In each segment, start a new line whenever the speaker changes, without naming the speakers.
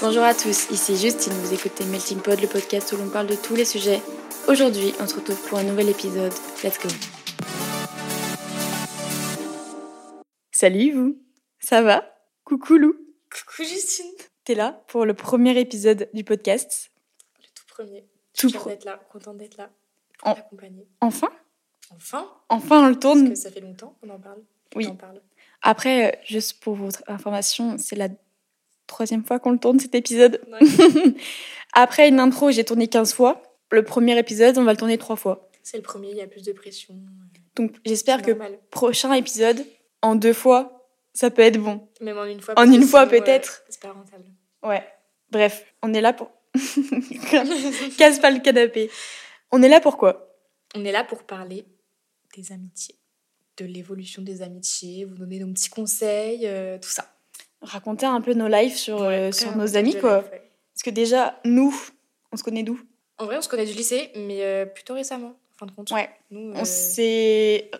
Bonjour à tous, ici Justine, vous écoutez Melting Pod, le podcast où l'on parle de tous les sujets. Aujourd'hui, on se retrouve pour un nouvel épisode. Let's go. Salut vous, ça va Coucou Lou,
Coucou Justine.
t'es là pour le premier épisode du podcast.
Le tout premier.
Tout
Tout
pro-
d'être là, contente d'être là.
En-
Pour t'accompagner.
Enfin,
Enfin,
enfin on le
parce
tourne.
que ça fait longtemps qu'on en parle.
Oui.
On parle.
Après, euh, juste pour votre information, c'est la troisième fois qu'on le tourne cet épisode.
Ouais.
Après une intro, j'ai tourné 15 fois. Le premier épisode, on va le tourner 3 fois.
C'est le premier, il y a plus de pression.
Donc j'espère que
Normal.
prochain épisode, en deux fois, ça peut être bon.
Même en une fois.
En
parce
une
que
fois,
sinon, euh,
peut-être.
c'est pas rentable.
Ouais. Bref, on est là pour... Casse pas le canapé. On est là pour quoi
On est là pour parler des amitiés, de l'évolution des amitiés, vous donner nos petits conseils, euh, tout ça.
Raconter un peu nos lives sur, euh, sur
Après,
nos
on
amis,
fait de
quoi.
la- ouais.
Parce que déjà, nous, on se connaît d'où
En vrai, on se connaît du lycée, mais euh, plutôt récemment, en fin de compte.
Ouais.
Nous,
On
euh,
s'est...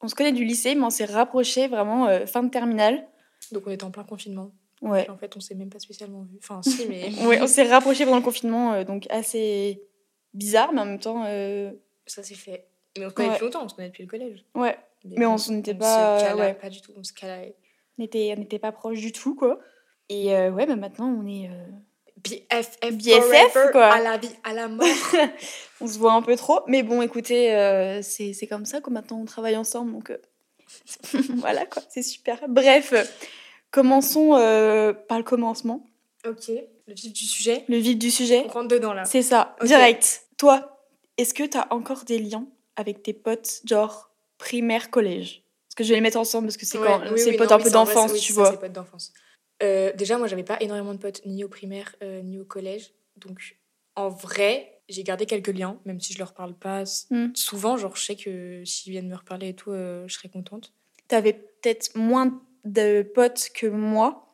On se connaît du lycée, mais on s'est rapprochés vraiment euh, fin de terminale.
Donc on était en plein confinement.
Ouais.
En fait, on s'est même pas spécialement vu. Enfin, si, mais
Ouais, on s'est rapprochés pendant le confinement, euh, donc assez bizarre, mais en même temps, euh,
ça s'est fait. Mais on se connaît
Ouais.
depuis longtemps, on se connaît depuis le collège.
ouais,
Des
Mais on
fois,
s'en était
se
pas-
cala
ouais.
pas du tout, on se calait.
on n'était on était pas proches du tout, quoi. Et euh, ouais, bah maintenant, on est... euh,
BFF,
BFF,
forever,
quoi.
À la vie, à la mort.
on se voit un peu trop, mais bon, écoutez, euh, c'est c'est comme ça que maintenant on travaille ensemble, donc euh, voilà, quoi, c'est super. Bref, commençons euh, par le commencement,
ok, le vif du sujet.
le vif du sujet.
On rentre dedans là.
C'est ça,
Ok.
direct. Toi, est-ce que t'as encore des liens avec tes potes, genre primaire, collège Parce que je vais les mettre ensemble parce que c'est
Ouais,
quand
oui,
c'est
oui,
potes
non,
un
mais
peu
ça, en vrai,
d'enfance,
c'est- oui,
tu
c'est ça,
vois.
c'est potes d'enfance. Euh, déjà, moi, j'avais pas énormément de potes, ni au primaire, euh, ni au collège. Donc, en vrai, j'ai gardé quelques liens, même si je leur parle pas s-
Hmm.
souvent. Genre, je sais que s'ils viennent me reparler et tout, euh, je serais contente.
T'avais peut-être moins de potes que moi.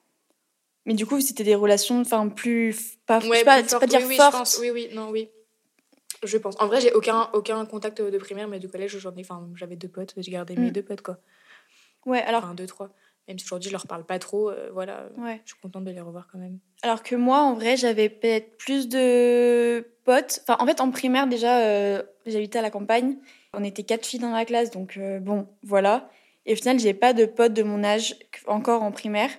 Mais du coup, c'était des relations, enfin, plus. Pas, je sais pas,
plus
c'est pas
forte,
dire
oui, oui,
fortes.
Je pense. Oui, oui, non, oui. Je pense. En vrai, j'ai aucun, aucun contact de primaire, mais de collège, j'en ai. Enfin, j'avais deux potes, j'ai gardé mes
Mm.
deux potes, quoi.
Ouais, alors,
Enfin, deux, trois. Même si aujourd'hui, je leur parle pas trop, euh, voilà.
ouais.
Je suis contente de les revoir quand même.
alors que moi, en vrai, j'avais peut-être plus de potes. Enfin, en fait, en primaire, déjà, euh, j'habitais à la campagne. On était quatre filles dans la classe, donc euh, bon, voilà. Et au final, j'ai pas de potes de mon âge qu- encore en primaire.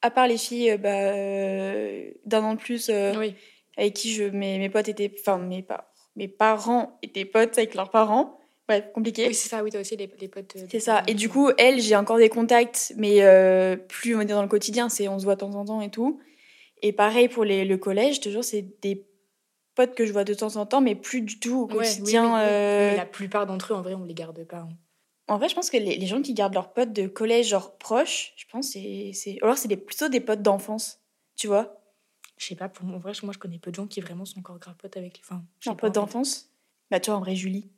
À part les filles euh, bah, euh, d'un an de plus euh,
Oui.
avec qui je, mes, mes potes étaient. Enfin, mes, pa- mes parents étaient potes avec leurs parents. Bref, compliqué.
Oui, c'est ça, oui, toi aussi, les, les potes. euh,
C'est
des
ça.
primaires.
Et du coup, elle, j'ai encore des contacts, mais euh, plus on va dire dans le quotidien, c'est on se voit de temps en temps et tout. Et pareil pour les, le collège, toujours, c'est des potes que je vois de temps en temps, mais plus du tout au
Ouais, oui, oui,
quotidien.
oui.
euh,
Mais la plupart d'entre eux, en vrai, on les garde pas. hein.
En vrai, je pense que les, les gens qui gardent leurs potes de collège, genre proches, je pense, c'est. c'est- Ou alors, c'est des- plutôt des potes d'enfance, tu vois,
Je sais pas, pour moi, en vrai, moi, je connais peu de gens qui vraiment sont encore grave potes avec les. Enfin, je sais
leurs
pas,
potes
en fait.
d'enfance. Bah, tu vois, en vrai, Julie.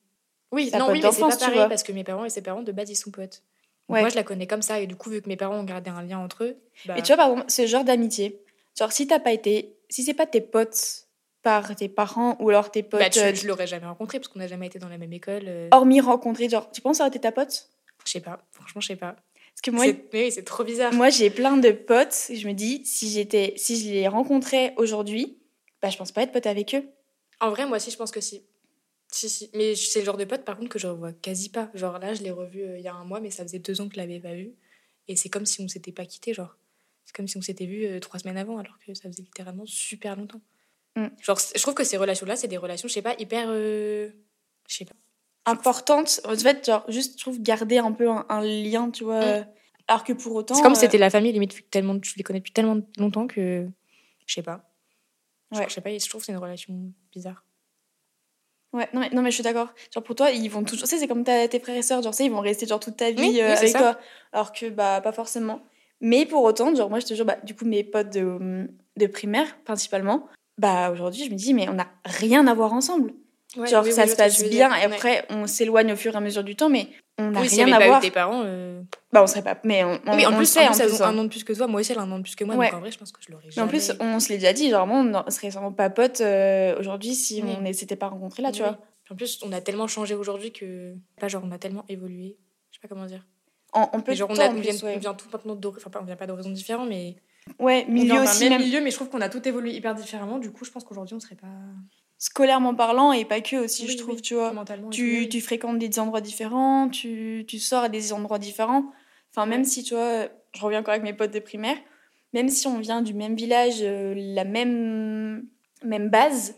Oui,
Ta
non,
pote
oui, mais c'est pas
d'enfance, tu
pareil
vois.
parce que mes parents et ses parents de base ils sont potes. Donc
Ouais.
Moi je la connais comme ça et du coup vu que mes parents ont gardé un lien entre eux. Bah,
Mais tu vois, par exemple, ce genre d'amitié, genre, si t'as pas été. Si c'est pas tes potes par tes parents ou alors tes potes.
bah, tu-
euh, Oh.
je l'aurais jamais rencontré parce qu'on n'a jamais été dans la même école. euh,
hormis rencontrer, genre, tu penses arrêter ta pote
Je sais pas, franchement je sais pas.
Parce que moi,
C'est- Mais oui, c'est trop bizarre.
moi j'ai plein de potes, et je me dis, si j'étais, si je les rencontrais aujourd'hui, bah, je pense pas être pote avec eux.
En vrai moi aussi je pense que si. Si, si. Mais c'est le genre de pote par contre que je revois quasi pas. Genre là je l'ai revu euh, il y a un mois mais ça faisait deux ans que je l'avais pas vu. Et c'est comme si on s'était pas quitté genre. C'est comme si on s'était vu euh, trois semaines avant alors que ça faisait littéralement super longtemps.
Mm.
Genre c'est- je trouve que ces relations là c'est des relations je sais pas hyper... euh, Je sais pas.
Importante, en fait, genre, juste, je trouve, garder un peu un, un lien, tu vois.
Mm.
Alors que pour autant.
C'est comme
euh,
si c'était la famille, limite, vu que tellement, je les connais depuis tellement longtemps que. Je sais pas. Genre,
Ouais.
Je sais pas, je trouve que c'est une relation bizarre.
Ouais, non mais, non, mais je suis d'accord. Genre, pour toi, ils vont toujours. Tu sais, c'est comme t'as- tes frères et sœurs, genre, tu sais, ils vont rester, genre, toute ta vie
oui,
euh, avec
c'est ça.
toi. Alors que, bah, pas forcément. Mais pour autant, genre, moi, je te jure, bah, du coup, mes potes de, de primaire, principalement, bah, aujourd'hui, je me dis, mais on n'a rien à voir ensemble. genre ça se passe bien et après on s'éloigne au fur et à mesure du temps mais on n'a
oui, si
rien
elle
à
avait pas eu
voir
tes parents. euh,
bah on serait pas mais on, on,
oui, en
on
plus,
le sait
en
en
plus, elles
plus
ont
hein.
un an de plus que toi. Moi aussi, elle a un an de plus que moi.
Ouais.
Donc en vrai, je pense que je l'aurais
mais en
jamais.
plus on se l'est déjà dit genre vraiment, on serait sûrement pas potes euh, aujourd'hui si
Oui.
on ne s'était pas rencontrés là tu
Oui.
vois
En plus, on a tellement changé aujourd'hui que. Pas genre, on a tellement évolué. Je sais pas comment dire.
en, en peu
Mais
de
genre, on,
temps
a,
en
on,
plus,
vient,
ouais.
on vient tout maintenant d'horizons. Enfin, pas- on vient pas d'horizons différents, mais
Ouais,
on est
milieu
dans un
aussi,
même,
même
milieu, mais je trouve qu'on a tout évolué hyper différemment. Du coup, je pense qu'aujourd'hui, on serait pas
scolairement parlant et pas que aussi,
Oui,
je
oui,
trouve,
oui.
tu vois.
mentalement.
Tu, tu fréquentes des endroits différents, tu, tu sors à des endroits différents. Enfin, même
Ouais.
si, tu vois, je reviens encore avec mes potes de primaire, même si on vient du même village, euh, la même, même base,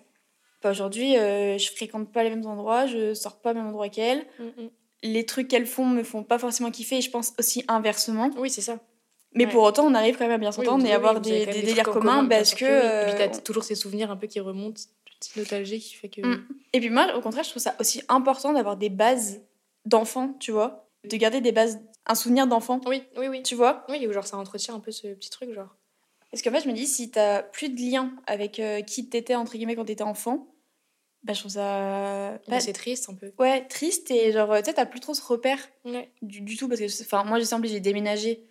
bah, aujourd'hui, euh, je fréquente pas les mêmes endroits, je sors pas au même endroit qu'elles.
Mm,
Les trucs qu'elles font me font pas forcément kiffer et je pense aussi inversement.
Oui, c'est ça.
Mais
Ouais.
pour autant, on arrive quand même à bien
Oui,
s'entendre
vous-
et
oui,
avoir
vous avez
des,
quand même
des
des
délires
trucs en
communs
commun, bien
parce
sûr
que.
oui. Et puis,
euh,
t'as toujours ces souvenirs un peu qui remontent, une petite nostalgie qui fait que.
Mm. Et puis moi, au contraire, je trouve ça aussi important d'avoir des bases d'enfant, tu vois. De garder des bases, un souvenir d'enfant,
Oui, oui, oui.
tu vois.
Oui, ou genre, ça entretient un peu ce petit truc, genre.
Parce qu'en fait, je me dis, si t'as plus de lien avec euh, qui t'étais, entre guillemets, quand t'étais enfant, bah je trouve ça...
Bah,
pas-
c'est triste un peu.
Ouais, triste et genre, euh, tu sais, t'as plus trop ce repère
Ouais.
du, du tout. Parce que, enfin, moi, je sais, en plus, j'ai déménagé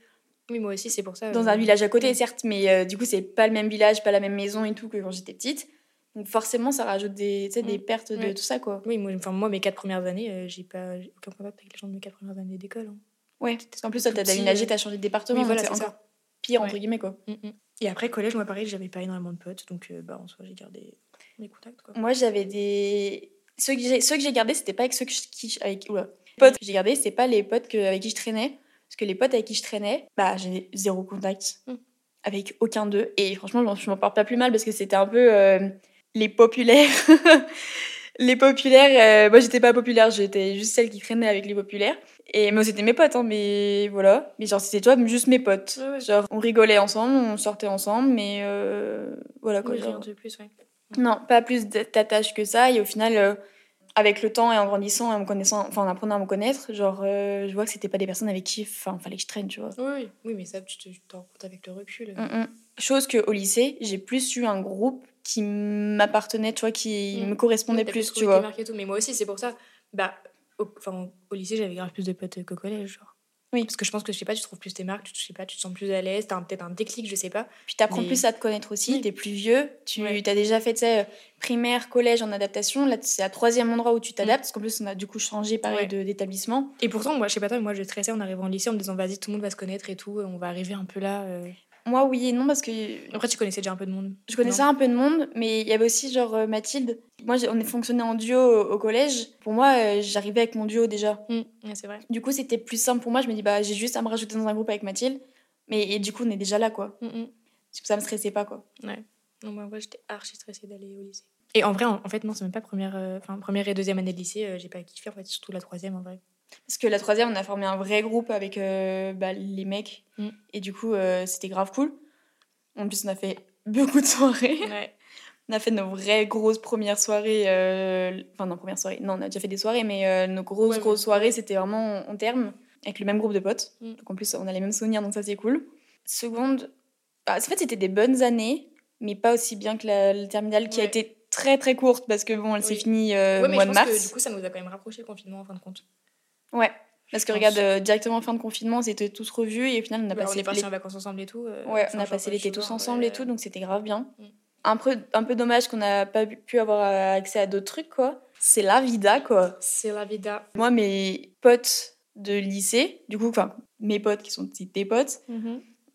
Oui, moi aussi, c'est pour ça.
dans
euh,
un village à côté,
ouais.
certes, mais euh, du coup, c'est pas le même village, pas la même maison et tout que quand j'étais petite. Donc forcément, ça rajoute des, tu sais, des
Mm.
pertes de
Ouais.
tout ça, quoi.
Oui, moi, enfin, moi, mes quatre premières années, euh, j'ai pas j'ai aucun contact avec les gens de mes quatre premières années d'école. hein.
Ouais. En plus, toi,
tout
t'as
petit,
déménagé,
euh.
t'as changé de département,
Oui, voilà,
donc
c'est
c'est
ça.
encore pire, entre
Ouais.
guillemets, quoi.
Mm, mm. Et après, collège, moi, pareil, j'avais pas énormément de potes, donc euh, bah, en soi, j'ai gardé mes contacts. Quoi.
Moi, j'avais des. Ceux que j'ai, ceux que j'ai gardés, c'était pas avec ceux que je- qui. je- Avec... oula. Les potes que j'ai gardés, c'était pas les potes que... avec qui je traînais. Parce que les potes avec qui je traînais, bah, j'avais zéro contact
Mm.
avec aucun d'eux. Et franchement, je m'en- je m'en porte pas plus mal parce que c'était un peu euh, les populaires. les populaires. euh, Moi, j'étais pas populaire, j'étais juste celle qui traînait avec les populaires. Et moi, c'était mes potes, hein, mais voilà. Mais genre, c'était toi, juste mes potes.
Ouais, ouais.
Genre, on rigolait ensemble, on sortait ensemble, mais euh, voilà quoi.
Oui,
genre.
rien de plus, ouais.
Non, pas plus d- t'attaches que ça. Et au final, euh, avec le temps et en grandissant et en me connaissant, enfin en apprenant à me connaître, genre euh, je vois que c'était pas des personnes avec qui, enfin fallait que je traîne, tu vois.
Oui, oui, oui, mais ça, tu te- tu t'en rends compte avec le recul.
Mm, mm. Chose que au lycée, j'ai plus eu un groupe qui m'appartenait, tu vois, qui
Mm.
me correspondait
T'as
plus,
trouvé
tu
tes
vois.
marques et tout. Mais moi aussi, c'est pour ça. Bah, au, enfin, au lycée, j'avais grave plus de potes qu'au collège, genre.
Oui.
Parce que je pense que, je sais pas, tu trouves plus tes marques, tu, te- je sais pas, tu te sens plus à l'aise, t'as un- peut-être un déclic, je sais pas.
Puis t'apprends
Mais-
plus à te connaître aussi,
Oui.
t'es plus vieux, tu
Ouais.
t'as déjà fait, tu sais, euh, primaire, collège en adaptation. Là, c'est la troisième endroit où tu t'adaptes, parce qu'en plus, on a du coup changé, pareil,
Mm. Ouais.
de- d'établissement.
Et pourtant, moi, je sais pas toi, mais moi, je stressais en arrivant au lycée en me disant, vas-y, tout le monde va se connaître et tout, on va arriver un peu là. euh.
Moi, oui et non, parce que
Après, tu connaissais déjà un peu de monde.
Je connaissais un peu de monde, mais il y avait aussi genre euh, Mathilde. Moi, j'ai- on est fonctionné en duo au, au collège. Pour moi, euh, j'arrivais avec mon duo déjà.
Mm, ouais, c'est vrai.
Du coup, c'était plus simple pour moi. Je me dis, bah, j'ai juste à me rajouter dans un groupe avec Mathilde. Mais et du coup, on est déjà là, quoi.
Mm, mm.
C'est pour Ça me stressait pas, quoi.
Non, moi, moi, j'étais archi stressée d'aller au lycée. Et en vrai, en, en fait, non, c'est même pas première, euh, enfin, première et deuxième année de lycée, euh, j'ai pas kiffé, en fait, surtout la troisième, en vrai.
Parce que la troisième, on a formé un vrai groupe avec euh, bah, les mecs.
Mm.
Et du coup, euh, c'était grave cool. En plus, on a fait beaucoup de soirées.
Ouais.
On a fait nos vraies grosses premières soirées. euh, Enfin, non, première soirée. Non, on a déjà fait des soirées, mais euh, nos grosses,
Ouais,
grosses
ouais.
soirées, c'était vraiment en termes, avec le même groupe de potes.
Mm.
Donc, en plus, on a les mêmes souvenirs, donc ça, c'est cool. Seconde, bah, en fait, c'était des bonnes années, mais pas aussi bien que la, le terminale qui a
Ouais.
été très, très courte parce que bon, elle s'est
Oui.
finie euh,
ouais,
au
mais
mois
je
de
pense que
mars.
du coup, ça nous a quand même rapproché le confinement, en fin de compte.
Ouais. Parce
je
que
pense.
regarde, euh, directement fin de confinement, c'était tous revus et au final, on a
Bah,
passé
on est partis
l'é-
en vacances ensemble et tout. euh,
Ouais,
enfin,
on a
genre,
passé
euh,
l'été
je
tous
vois,
ensemble
ouais.
et tout, donc c'était grave bien.
Mm.
Un peu, un peu dommage qu'on n'a pas bu- pu avoir euh, accès à d'autres trucs, quoi. C'est la vida, quoi.
C'est la vida.
Moi, mes potes de lycée, du coup, enfin, mes potes qui sont aussi tes potes,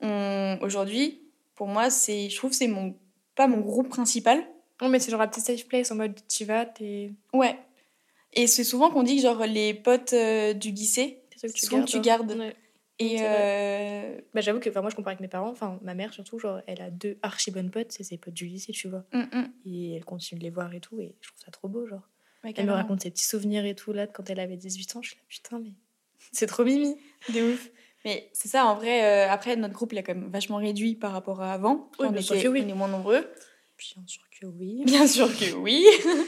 on- aujourd'hui, pour moi, c'est, je trouve que c'est mon, pas mon groupe principal.
Non, mais c'est genre la petite safe place en mode tu vas, t'es.
Ouais. Et c'est souvent qu'on dit que, genre, les potes euh, du lycée,
C'est
tu gardes, hein.
Ouais.
et.
C'est
euh,
Bah, j'avoue que enfin, moi je compare avec mes parents, enfin ma mère surtout, genre elle a deux archi bonnes potes, c'est ses potes du lycée, tu vois.
hum, hum.
Et elle continue de les voir et tout, et je trouve ça trop beau, genre.
Ouais,
Elle me
carrément.
raconte ses petits souvenirs et tout, là, de quand elle avait 18 ans, je suis là, putain, mais c'est trop mimi.
De ouf. Mais c'est ça, en vrai, euh, après, notre groupe, il a quand même vachement réduit par rapport à avant.
Oui,
on,
bien sûr
était,
que oui.
on est moins nombreux.
Bien sûr que oui.
Bien sûr que oui.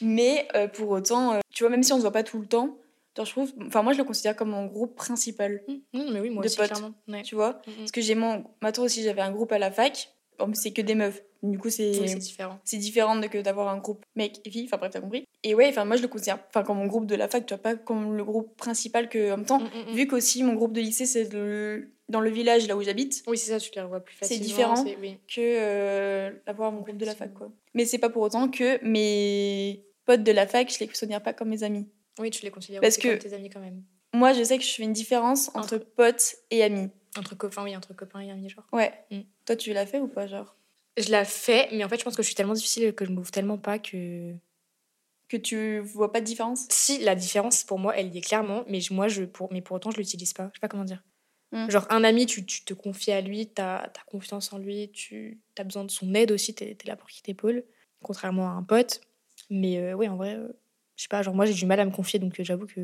Mais euh, pour autant, euh, tu vois, même si on se voit pas tout le temps, genre, je trouve, enfin, moi, je le considère comme mon groupe principal,
Mm. Non, mais oui, moi
De
aussi,
potes.
clairement. Ouais.
tu vois.
Mm, mm.
Parce que j'ai mon. Ma tour aussi, j'avais un groupe à la fac. En plus, c'est que des meufs. Du coup, c'est.
Oui, c'est différent.
c'est différent de que d'avoir un groupe mec et fille, enfin bref, t'as compris. Et ouais, enfin moi je le considère, enfin comme mon groupe de la fac, tu vois, pas comme le groupe principal que en même temps,
Mm, mm, mm.
vu qu'aussi mon groupe de lycée c'est le- dans le village là où j'habite,
Oui, c'est ça, tu les revois plus
C'est
facilement.
différent.
c'est- oui.
que euh, d'avoir mon groupe de la fac
Effectivement.
quoi. Mais c'est pas pour autant que mes potes de la fac, je les considère pas comme mes amis.
oui, tu les considères
Parce
aussi
que-
comme tes amis quand même.
Moi, je sais que je fais une différence entre
Entre-
potes et amis.
Entre copains, oui, entre copains et amis, genre.
Ouais.
Mm.
Toi, tu l'as fait ou pas, genre
Je la fais, mais en fait, je pense que je suis tellement difficile et que je m'ouvre tellement pas que.
Que tu vois pas de différence
Si, la différence, pour moi, elle y est clairement, mais je- moi, je, pour, mais pour autant, je l'utilise pas. Je sais pas comment dire.
Mm.
Genre, un ami, tu, tu te confies à lui, t'as as confiance en lui, tu as besoin de son aide aussi, t'es es là pour qu'il t'épaule, contrairement à un pote. Mais euh, oui, en vrai, euh, je sais pas, genre, moi, j'ai du mal à me confier, donc euh, j'avoue que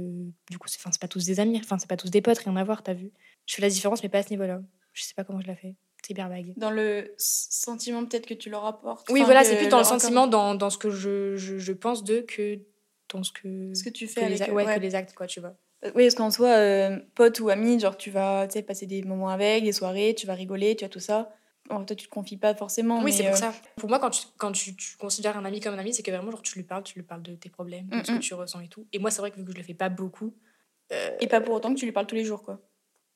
du coup, c'est 'fin, c'est pas tous des amis, enfin, c'est pas tous des potes, rien à voir, t'as vu. Je fais la différence, mais pas à ce niveau-là. Je sais pas comment je la fais. C'est hyper vague.
Dans le s- sentiment, peut-être, que tu leur apportes.
Oui,
enfin,
voilà,
que
c'est plus dans le
leur-
sentiment, dans, dans ce que je, je, je pense d'eux que dans ce que,
Ce que tu
que
fais
les,
avec
ac-
eux,
ouais,
ouais.
que les actes, quoi, tu vois.
Euh, Oui, parce qu'en soi, euh, pote ou ami, genre tu vas tu sais, passer des moments avec, des soirées, tu vas rigoler, tu as tout ça. Bon, toi, tu te confies pas forcément.
oui,
mais,
c'est pour
euh,
ça. Pour moi, quand, tu, quand tu, tu considères un ami comme un ami, c'est que vraiment, genre, tu lui parles, tu lui parles de tes problèmes, de ce que
Mm, mm.
tu ressens et tout. Et moi, c'est vrai que vu que je le fais pas beaucoup, euh,
Et pas pour autant que tu lui parles tous les jours, quoi.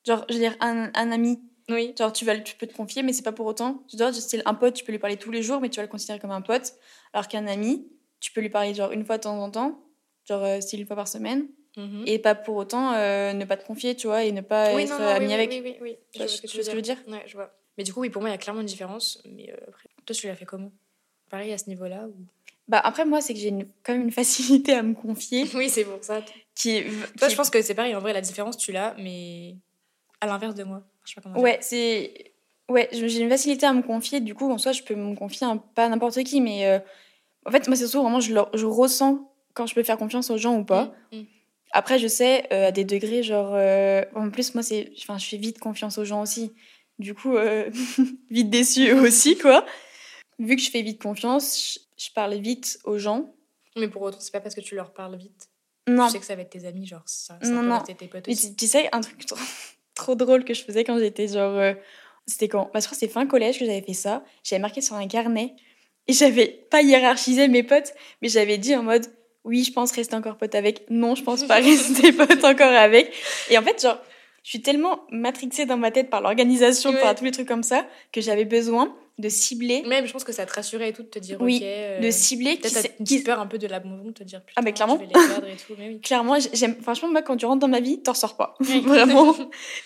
Genre, je veux dire, un, un ami,
oui,
genre tu, vas, le- tu peux te confier, mais c'est pas pour autant. Tu dois, style, un pote, tu peux lui parler tous les jours, mais tu vas le considérer comme un pote. Alors qu'un ami, tu peux lui parler genre une fois de temps en temps, genre euh, style une fois par semaine,
mhm.
et pas pour autant euh, ne pas te confier, tu vois, et ne pas
oui,
être
non,
euh,
non,
ami
oui,
avec.
oui, oui, oui, oui,
Tu vois ce que je veux dire
Ouais, je vois. Mais du coup, oui, pour moi, il y a clairement une différence. Mais euh, après, toi, tu l'as fait comment Pareil à ce niveau-là ou...
Bah, après, moi, c'est que j'ai une- quand même une facilité à me confier
Oui, c'est pour ça. Toi,
qui est. qui
je
est
pense que c'est pareil. En vrai, la différence, tu l'as, mais à l'inverse de moi. Je sais pas comment dire.
Ouais, c'est. Ouais, je- j'ai une facilité à me confier, du coup, en soi, je peux me confier à pas n'importe qui, mais euh, en fait, moi, c'est surtout vraiment, je, le- je ressens quand je peux faire confiance aux gens ou pas.
Mm, mm.
Après, je sais, euh, à des degrés, genre. euh, En plus, moi, c'est. Enfin, je fais vite confiance aux gens aussi. Du coup, euh, vite déçue aussi, quoi. Vu que je fais vite confiance, je, je parle vite aux gens.
Mais pour autant, c'est pas parce que tu leur parles vite.
Non,
Tu sais que ça va être tes amis, genre, ça, ça
Non,
peut
non.
rester tes potes
Mais
aussi.
tu, tu sais, un truc trop, trop drôle que je faisais quand j'étais genre. euh, c'était quand bah, Je crois que c'était fin collège que j'avais fait ça. J'avais marqué sur un carnet. Et j'avais pas hiérarchisé mes potes, mais j'avais dit en mode Oui, je pense rester encore pote avec. Non, je pense pas rester pote encore avec. Et en fait, genre, je suis tellement matrixée dans ma tête par l'organisation,
Ouais.
par tous les trucs comme ça, que j'avais besoin de cibler.
Même, je pense que ça te rassurait et tout de te dire,
Oui,
ok. euh,
De cibler qui,
Peut-être t'as
sait-
une
qui-
petite peur un peu de l'abandon, de te dire, putain,
Ah, mais clairement.
je vais les perdre et tout. Mais oui.
clairement, j'aime. Franchement, moi, quand tu rentres dans ma vie, t'en ressors pas. Vraiment.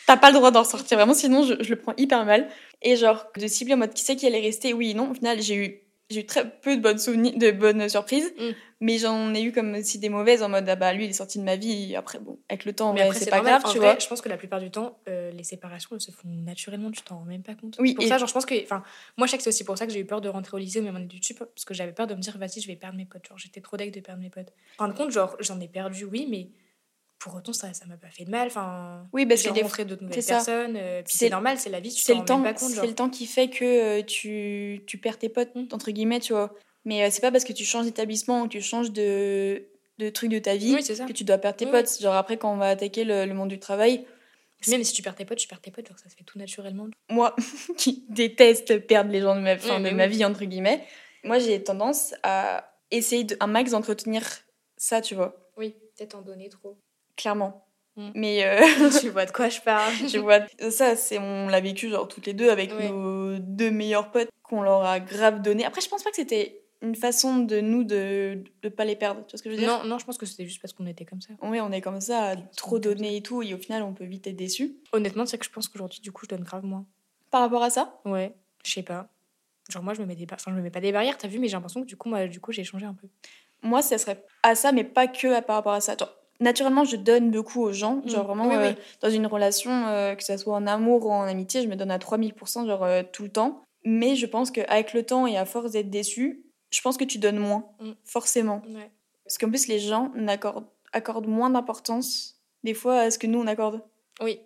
T'as pas le droit d'en sortir, vraiment, sinon je, je le prends hyper mal. Et genre, de cibler en mode qui sait qui allait rester, oui, non, au final, j'ai eu, j'ai eu très peu de bonnes, souvenirs, de bonnes surprises,
Mm.
mais j'en ai eu comme aussi des mauvaises en mode, ah bah lui, il est sorti de ma vie, et après, bon, avec le temps, en
Mais
vrai,
après,
c'est
c'est
pas
normal.
grave,
En
tu
vrai,
vois.
Je pense que la plupart du temps, euh, les séparations elles se font naturellement, tu t'en rends même pas compte.
Oui,
C'est pour
et-
ça, genre, je pense que. Enfin, moi, je sais que c'est aussi pour ça que j'ai eu peur de rentrer au lycée ou même en YouTube, parce que j'avais peur de me dire, vas-y, je vais perdre mes potes. Genre, j'étais trop deg de perdre mes potes. En fin de compte, genre, j'en ai perdu, oui, mais pour autant, ça ça m'a pas fait de mal. Enfin,
Oui, parce
j'ai
que des-
rencontré d'autres nouvelles
Bah, c'est ça.
personnes. euh, puis
C'est-
c'est normal, c'est la vie, tu
C'est
t'en
le
rends
temps,
même pas compte.
c'est
genre.
le temps qui fait que euh, tu, tu perds tes potes,
Mm.
entre guillemets, tu vois. Mais euh, c'est pas parce que tu changes d'établissement ou que tu changes de, de truc de ta vie
Oui, c'est ça.
que tu dois perdre tes
Oui,
potes. Genre, après, quand on va attaquer le- le monde du travail,
Même si tu perds tes potes, tu perds tes potes, genre, ça se fait tout naturellement.
moi qui déteste perdre les gens de ma, enfin,
Ouais,
de
mais
ma
oui.
vie, entre guillemets, moi j'ai tendance à essayer de, un max d'entretenir ça, tu vois,
Oui, peut-être en donner trop.
clairement.
Mm.
Mais euh,
tu vois de quoi je parle.
tu vois, ça, c'est on l'a vécu genre toutes les deux avec
Ouais.
nos deux meilleurs potes qu'on leur a grave donné. Après, je pense pas que c'était une façon de nous de ne pas les perdre, tu vois ce que je veux dire
Non, non, je pense que c'était juste parce qu'on était comme ça.
Oui, on est comme ça, à trop
sont comme ça.
donner et tout, et au final, on peut vite être déçu.
Honnêtement, c'est que je pense qu'aujourd'hui, du coup, je donne grave moins.
Par rapport à ça,
Ouais, je sais pas. Genre moi, je me mets des, bar- enfin, je me mets pas des barrières, t'as vu, mais j'ai l'impression que du coup, moi, du coup, j'ai changé un peu.
moi, ça serait à ça, mais pas que à par rapport à ça. Genre, naturellement, je donne beaucoup aux gens. Genre,
Mm.
vraiment,
Oui,
euh,
oui.
dans une relation, euh, que ça soit en amour ou en amitié, je me donne à 3000%, genre, euh, tout le temps. Mais je pense qu'avec le temps et à force d'être déçu, je pense que tu donnes moins,
Mm.
forcément.
Ouais.
Parce qu'en plus, les gens n'accordent- accordent moins d'importance, des fois, à ce que nous, on accorde.
Oui,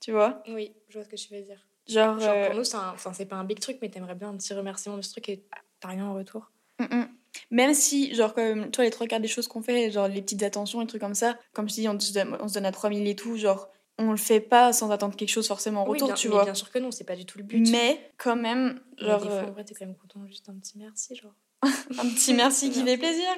Tu vois
oui, je vois ce que tu veux dire.
Genre.
Genre
euh,
pour nous, c'est un- enfin, c'est pas un big truc, mais t'aimerais bien un petit remerciement de ce truc et t'as rien en retour.
Mm, mm. Même si, genre, quand même, tu vois, les trois quarts des choses qu'on fait, genre les petites attentions et trucs comme ça, comme je dis, on se donne, on se donne à 3000 et tout, genre, on le fait pas sans attendre quelque chose forcément en
Oui,
retour,
bien-
tu
mais
vois.
Bien sûr que non, c'est pas du tout le but.
Mais quand même,
Mais
genre,
des fois, en
euh,
vrai, t'es quand même content juste un petit merci, genre.
un petit merci qui
Merci.
fait plaisir.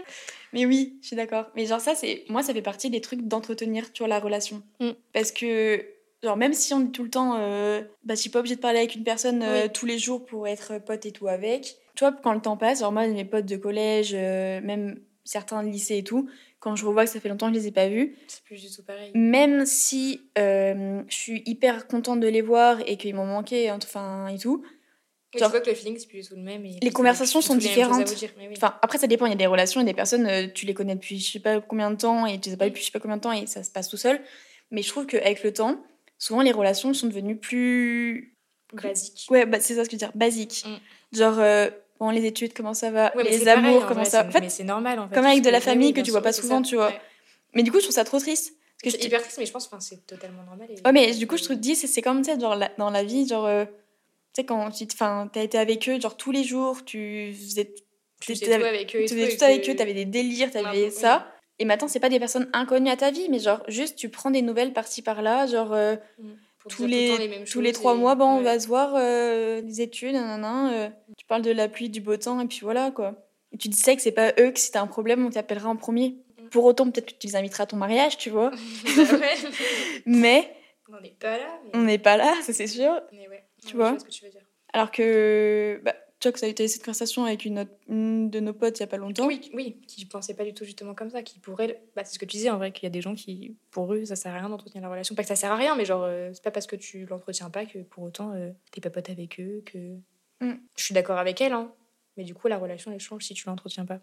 Mais oui, je suis d'accord. Mais genre, ça, c'est moi, ça fait partie des trucs d'entretenir, tu vois, la relation.
Mm.
Parce que, genre, même si on dit tout le temps, euh, bah, je suis pas obligée de parler avec une personne euh, tous les jours pour être pote et tout avec. Tu vois, quand le temps passe, genre, moi, mes potes de collège, euh, même certains lycées et tout, quand je revois que ça fait longtemps que je les ai pas vus,
C'est plus du tout pareil.
même si euh, je suis hyper contente de les voir et qu'ils m'ont manqué, enfin et tout.
Et
Genre-
tu vois que le feeling, c'est plus du tout le même. et c'est
conversations
plus du tout
sont
les mêmes choses à vous
différentes.
dire, mais oui.
Enfin, après, ça dépend. Il y a des relations, il y a des personnes, euh, tu les connais depuis je sais pas combien de temps et tu les as pas depuis je sais pas combien de temps et ça se passe tout seul. Mais je trouve qu'avec le temps, souvent les relations sont devenues plus.
Basique.
Ouais, bah, c'est ça ce que je veux dire, basiques. Genre, euh, bon, les études, comment ça va
Ouais, mais c'est
Les
pareil,
amours,
en
comment
vrai,
ça
c'est-
En fait,
mais c'est normal, en fait.
comme avec de la
Oui,
famille que
bien
tu vois
sûr,
pas
c'est
souvent,
ça.
tu vois.
Ouais.
mais du coup, je trouve ça trop triste. Parce que
C'est
je-
hyper triste, mais je pense enfin, c'est totalement normal. et-
Ouais, mais du coup, je te dis, c'est- c'est comme ça, genre, la- dans la vie, genre, euh, tu sais, quand tu enfin, t'as été avec eux, genre, tous les jours, tu faisais,
tu faisais
t'étais
tout avec euh, eux. et
tu faisais
et
tout avec
que-
eux, t'avais des délires, t'avais
Ouais,
ça. Et maintenant, c'est pas des personnes inconnues à ta vie, mais genre, juste, tu prends des nouvelles par-ci par-là, genre, euh,
pour
tous
dire tout le
les,
temps mêmes
tous les
choses
trois
et-
mois, bon, on
ouais.
va se voir, euh, les études, nanana, euh, tu parles de la pluie, du beau temps, et puis voilà, quoi. Et tu disais que c'est pas eux que si t'as un problème, on t'appellera en premier.
Mm.
Pour autant, peut-être que tu les inviteras à ton mariage, tu vois.
Bah ouais.
Mais
On n'en est pas là, mais,
on n'est pas là, ça c'est sûr.
mais ouais.
Tu
Ouais,
vois.
Je vois ce que tu veux dire.
Alors que, bah, tu vois que ça a été cette conversation avec une, autre- une de nos potes il y a pas longtemps.
Oui, oui, qui pensaient pas du tout justement comme ça, qui pourraient. Bah, c'est ce que tu disais en vrai, qu'il y a des gens qui, pour eux, ça sert à rien d'entretenir la relation. Pas que ça sert à rien, mais genre, euh, c'est pas parce que tu l'entretiens pas que pour autant euh, t'es pas pote avec eux, que.
Mm.
Je suis d'accord avec elle, hein. Mais du coup, la relation, elle change si tu l'entretiens pas.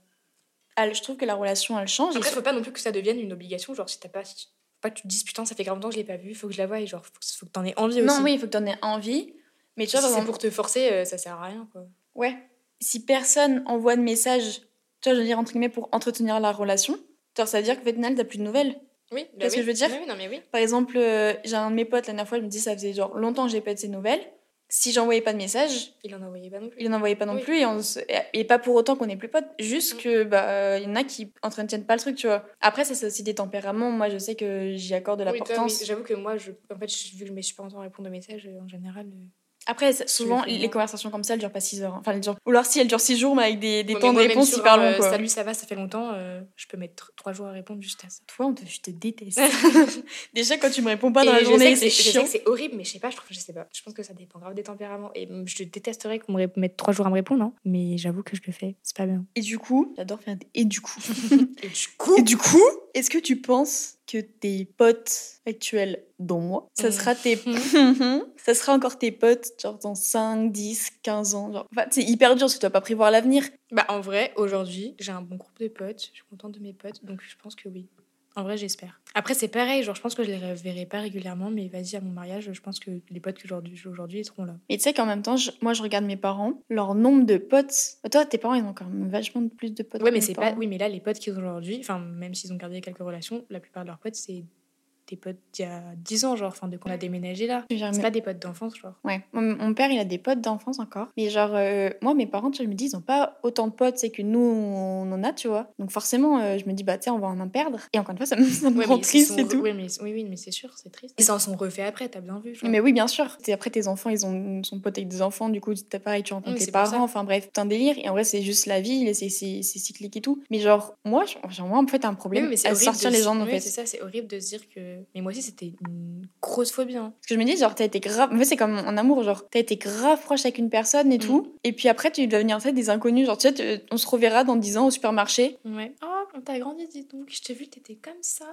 Elle- je trouve que la relation, elle change. et
Après,
sur-
faut pas non plus que ça devienne une obligation, genre, si t'as pas. si- faut pas que tu te dises, putain, ça fait grave longtemps que je l'ai pas vu, faut que je la voie, et genre, faut, que- faut que t'en aies envie aussi.
Non, oui, il faut que tu en aies envie. Mais tu
Si
vois, par
c'est
exemple,
pour te forcer, euh, ça sert à rien, quoi.
ouais, si personne envoie de message, tu vois, je veux dire, entre guillemets, pour entretenir la relation, genre, ça veut dire qu'au final, t'as plus de nouvelles.
Oui, bah
vois ce
oui.
que je veux dire
Ouais, oui, non, mais oui.
Par exemple, euh, j'ai un de mes potes, la dernière fois, il me dit, ça faisait genre longtemps que j'ai pas de ses nouvelles. Si j'envoyais pas de message,
Il en a envoyé pas non plus.
il n'en envoyait pas non
Oui.
plus et, on se- et- et pas pour autant qu'on est plus potes juste
Mm.
que bah euh, il y en a qui entretiennent pas le truc tu vois après ça c'est aussi des tempéraments moi je sais que j'y accorde de
Oui, toi, oui.
l'importance
J'avoue que moi, je... en fait, je- vu que je mets super longtemps à répondre aux messages, euh, en général. euh,
après ça- souvent
fais, moi.
les conversations comme ça elles durent pas 6 heures hein. enfin elles durent ou alors si elles durent 6 jours mais avec des, des
moi,
temps de
mais moi, même
réponse
sur
hyper
un,
longs
euh,
quoi
Salut, ça va, ça fait longtemps. euh, je peux mettre trois jours à répondre juste à ça.
toi on te- je te déteste déjà quand tu me réponds pas dans
Et
la
je
journée c'est
sais que je sais
chiant
que c'est horrible, mais je sais pas, je trouve, je sais pas. Je pense que ça dépend grave des tempéraments. Et mm, je détesterais qu'on me ré- mette trois jours à me répondre, non Mais j'avoue que je le fais, c'est pas bien.
et du coup j'adore faire des... et du coup
Et du
et
coup,
du coup est-ce que tu penses que tes potes actuels dont moi ça
Mm.
sera tes ça sera encore tes potes, genre dans 5, 10, 15 ans. Genre. Enfin, c'est hyper dur parce que tu dois pas prévoir l'avenir.
bah en vrai, aujourd'hui, j'ai un bon groupe de potes. Je suis contente de mes potes, donc je pense que oui. En vrai, j'espère. Après, c'est pareil, genre, je pense que je les reverrai pas régulièrement, mais vas-y, à mon mariage, je pense que les potes que j'aujourd'hui- j'ai aujourd'hui, ils seront là.
Mais tu sais qu'en même temps, je- moi je regarde mes parents, leur nombre de potes. Toi, tes parents, ils ont quand même vachement de plus de potes.
Ouais,
que
mais
mes
c'est pas.
parents.
Oui, mais là, les potes qu'ils ont aujourd'hui, enfin, même s'ils ont gardé quelques relations, la plupart de leurs potes, c'est des potes d'il y a 10 ans, genre, enfin, de qu'on a déménagé là.
Je veux dire,
C'est
Ah, mais-
pas des potes d'enfance, genre.
Ouais, mon, mon père, il a des potes d'enfance encore. Mais genre, euh, moi, mes parents, tu vois, je me dis, ils ont pas autant de potes, c'est que nous, on en a, tu vois. Donc forcément, euh, je me dis, bah, tu sais, on va en en perdre. Et encore une fois, ça me, ça me
Ouais,
rend
mais ils se
triste
sont
et
re-
tout.
ouais, mais, oui, oui, mais c'est sûr, c'est triste. Ils s'en sont refaits après, t'as bien vu. Genre.
Mais oui, bien sûr. Et après, tes enfants, ils ont sont potes avec des enfants, du coup, t'as pareil, tu rencontres
Oui,
tes
c'est pour ça.
parents, enfin bref, t'as un délire. Et en vrai, c'est juste la vie, c'est c'est- c'est cyclique et tout. Mais genre, moi, j'ai moi, en fait un
Oui,
problème
mais c'est
à
horrible
sortir
de
les
se-
gens, en
oui,
fait.
c'est ça, c'est horrible de se dire que. Mais moi aussi, c'était une grosse phobie. hein.
Parce que je me dis, genre, t'as été grave. En fait, c'est comme en amour, genre, t'as été grave proche avec une personne
Mm.
et tout. Et puis après, tu dois venir en tête des inconnus. Genre, tu sais, tu- on se reverra dans 10 ans au supermarché.
Ouais. Oh, on t'a grandi, dis donc. Je t'ai vu, t'étais comme ça.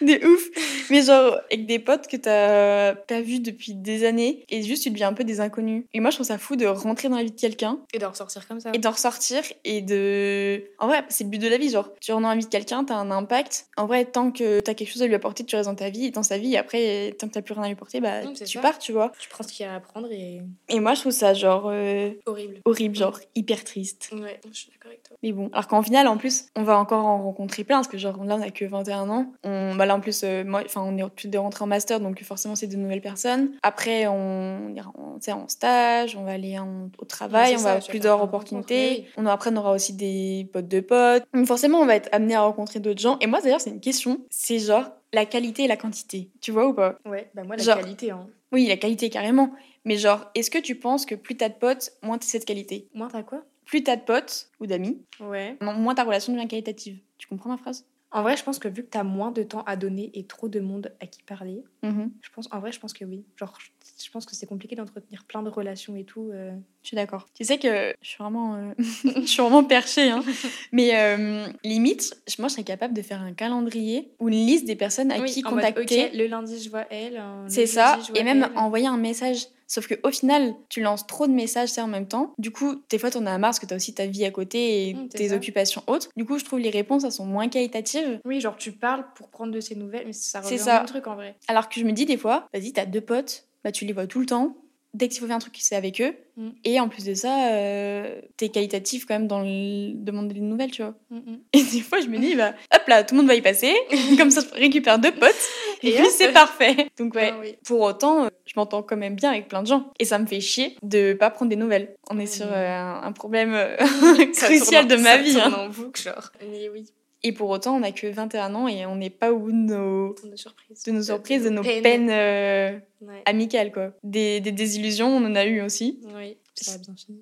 Des ouf. mais genre, avec des potes que t'as pas vu depuis des années. Et juste, tu deviens un peu des inconnus. Et moi, je trouve ça fou de rentrer dans la vie de quelqu'un
Et d'en ressortir comme ça.
et d'en ressortir et de en vrai c'est le but de la vie genre tu en as envie de quelqu'un t'as un impact en vrai tant que t'as quelque chose à lui apporter tu restes dans ta vie dans sa vie et après tant que t'as plus rien à lui apporter bah
Non, c'est
tu
ça.
pars tu vois
Tu prends ce qu'il y a à apprendre et.
et moi je trouve ça genre euh,
Horrible.
horrible genre hyper triste
Ouais, je suis d'accord avec toi.
mais bon alors qu'en final en plus on va encore en rencontrer plein parce que genre là on a que 21 ans on bah là en plus euh, moi enfin on est toutes des rentrées en master donc forcément c'est de nouvelles personnes après on ira en, tu sais, en stage on va aller en- au travail
Ouais, c'est
on
ça,
va avoir
tu vas
plus
faire plein
d'heures
de rencontres,
opportunités
mais oui.
on après on aura aussi des potes de potes donc forcément on va être amené à rencontrer d'autres gens et moi d'ailleurs c'est une question c'est genre la qualité et la quantité tu vois ou pas
Ouais, bah moi,
la
la
Genre-
qualité, hein.
oui la qualité carrément mais genre est-ce que tu penses que plus t'as de potes moins t'as cette qualité
Moins t'as quoi
plus t'as de potes ou d'amis
Ouais.
non, moins ta relation devient qualitative. Tu comprends ma phrase
En vrai, je pense que vu que t'as moins de temps à donner et trop de monde à qui parler,
Mhm.
je pense, en vrai, je pense que oui. Genre, je- je pense que c'est compliqué d'entretenir plein de relations et tout. euh.
Je suis d'accord. Tu sais que je suis vraiment, euh, je suis vraiment perchée. hein. Mais euh, limite, je- moi, je serais capable de faire un calendrier ou une liste des personnes à
Oui,
qui
en mode,
contacter.
ok, le lundi, je vois elle. euh, le
C'est
jeudi,
ça,
je vois
et même
elle.
envoyer un message. Sauf qu'au final, tu lances trop de messages tu sais, en même temps. Du coup, des fois, t'en as marre parce que t'as aussi ta vie à côté et
Mm, c'est
tes
ça.
occupations autres. Du coup, je trouve les réponses, elles sont moins qualitatives.
Oui, genre, tu parles pour prendre de ses nouvelles, mais ça
C'est
revient au
ça.
même truc en vrai.
Alors que je me dis des fois, vas-y, t'as deux potes, bah tu les vois tout le temps. Dès qu'il faut faire un truc, c'est avec eux.
Mm.
Et en plus de ça, euh, t'es qualitatif quand même dans le demander des nouvelles, tu vois.
Mhm.
Et des fois, je me dis, bah, hop là, tout le monde va y passer. Comme ça, je récupère deux potes. Et,
Et
puis,
hop.
c'est parfait. Donc, ouais.
Ah oui.
Pour autant, euh, je m'entends quand même bien avec plein de gens. Et ça me fait chier de pas prendre des nouvelles. On est
Oui.
sur euh, un un problème euh,
Ça
crucial de
tourne en-
ma
ça
vie.
tourne
hein.
en boucle, genre. Mais oui,
Et pour autant, on n'a que 21 ans et on n'est pas au bout de nos,
de nos surprises.
de nos surprises, de nos peines, euh,
Ouais.
amicales, quoi. Des, des désillusions, on en a eu aussi.
Oui, ça a bien fini.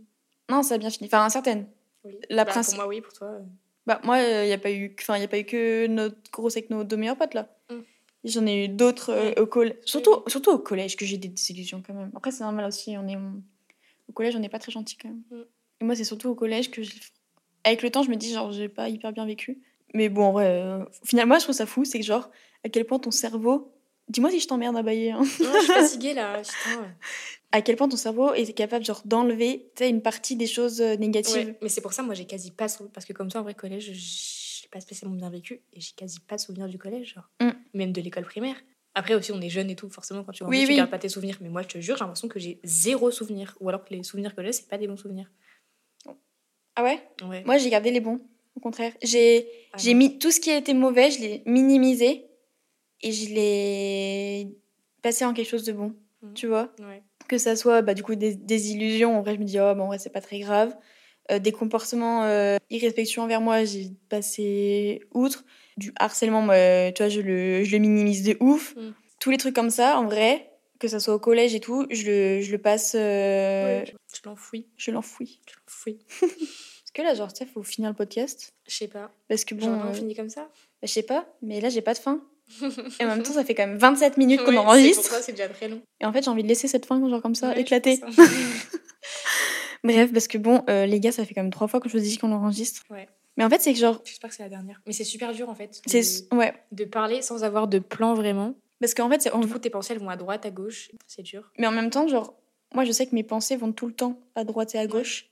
Non, ça a bien fini. Enfin, certaines.
Oui.
La
Bah,
princi-
Pour moi, oui, pour toi. euh.
Bah, moi, il n'y a, pas eu- enfin, y a pas eu que notre grosse avec nos deux meilleurs potes, là.
Mm.
J'en ai eu d'autres euh,
Ouais.
au collège. Surtout, surtout au collège que j'ai des désillusions, quand même. Après, c'est normal aussi. On est... Au collège, on n'est pas très gentil, quand même.
Mm.
Et moi, c'est surtout au collège que... j'ai- Avec le temps, je me dis, genre, j'ai pas hyper bien vécu. Mais bon, en vrai, euh, finalement, moi, je trouve ça fou. C'est que, genre, à quel point ton cerveau... Dis-moi si je t'emmerde à bailler. hein.
Non, je suis fatiguée là. Putain.
À quel point ton cerveau est capable, genre, d'enlever, tu sais, une partie des choses euh, négatives.
Ouais, Mais c'est pour ça, moi, j'ai quasi pas sou- Parce que comme toi, en vrai, collège, j'ai pas spécialement bien vécu et j'ai quasi pas de souvenirs du collège, genre.
Mm.
Même de l'école primaire. Après aussi, on est jeune et tout, forcément, quand tu grandis,
Oui,
tu
oui.
gardes pas tes souvenirs. Mais moi, je te jure, j'ai l'impression que j'ai zéro souvenir. Ou alors que les souvenirs que j'ai, c'est pas des bons souvenirs.
Ah ouais
Ouais.
Moi, j'ai gardé les bons, au contraire. J'ai
Ah
j'ai
non.
mis tout ce qui a été mauvais, je l'ai minimisé et je l'ai passé en quelque chose de bon,
Mhm.
tu vois.
Ouais.
Que ça soit bah, du coup des, des illusions, en vrai, je me dis, oh, bah, en vrai, c'est pas très grave. Euh, des comportements euh, irrespectueux envers moi, j'ai passé outre. Du harcèlement, moi, euh, tu vois, je le, je le minimise de ouf.
Mhm.
Tous les trucs comme ça, en vrai, que ça soit au collège et tout, je le, je le passe, euh,
Ouais, Je je l'enfouis.
je l'enfouis.
Je l'enfouis.
Parce que là, genre, tu sais, faut finir le podcast.
Je sais pas.
Parce que bon.
Genre, on
euh,
finit comme ça.
Bah, je sais pas, mais là j'ai pas de faim. Et en même temps, ça fait quand même 27 minutes qu'on
Ouais, c'est pour
enregistre.
ça, c'est déjà très long.
Et en fait, j'ai envie de laisser cette fin genre comme ça
Ouais, je
éclater.
pense, hein.
Bref, parce que bon, euh, les gars, ça fait quand même trois fois que je vous dis qu'on l'enregistre.
Ouais.
Mais en fait, c'est que genre,
J'espère que c'est la dernière. Mais c'est super dur en fait.
c'est
de-
ouais,
de parler sans avoir de plan vraiment.
parce qu'en fait, c'est on-
Du coup, tes pensées, elles vont à droite, à gauche. C'est dur.
mais en même temps, genre, moi, je sais que mes pensées vont tout le temps à droite et à gauche,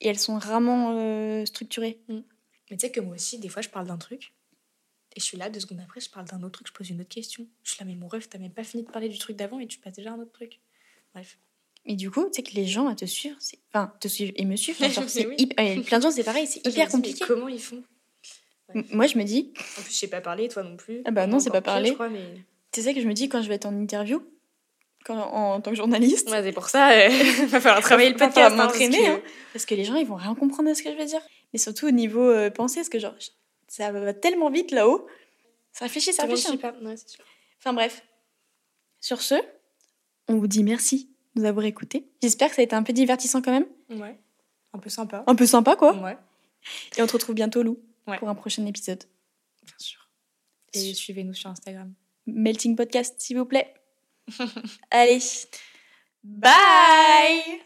et elles sont rarement euh, structurées.
Mais tu sais que moi aussi, des fois, je parle d'un truc. Et je suis là, deux secondes après, je parle d'un autre truc, je pose une autre question. Je suis là, mais mon ref, t'as même pas fini de parler du truc d'avant et tu passes déjà à un autre truc. Bref.
Et du coup, tu sais que les gens à te suivre, c'est- enfin, te suivre et me suivre, enfin, genre, c'est
Oui.
hyper- euh, plein de gens, c'est pareil, c'est
Je me dis,
hyper
mais
compliqué.
Comment ils font
M- Moi, je me dis,
En plus, je sais pas parler, toi non plus.
Ah bah non,
Moi,
c'est pas
encore pire,
parler.
je crois, mais-
tu sais que je me dis quand je vais être en interview, quand, en, en tant que journaliste.
Ouais, c'est pour ça, il va falloir travailler le
Va
podcast.
falloir
hein, parce
m'entraîner,
que-
hein. Parce que les gens, ils vont rien comprendre à ce que je veux dire. Mais surtout au niveau euh, pensée, parce que genre, je- ça va tellement vite là-haut. Ça réfléchit, ça
Tout le monde
réfléchit.
suit
hein.
pas. Ouais, c'est sûr.
Enfin bref. Sur ce, on vous dit merci de nous avoir écoutés. J'espère que ça a été un peu divertissant quand même.
Ouais. Un peu sympa.
Un peu sympa, quoi.
Ouais,
Et on te retrouve bientôt, Lou,
Mm. Ouais.
pour un prochain épisode.
bien sûr. Et suivez-nous sur Instagram.
Melting Podcast, s'il vous plaît. Allez. Bye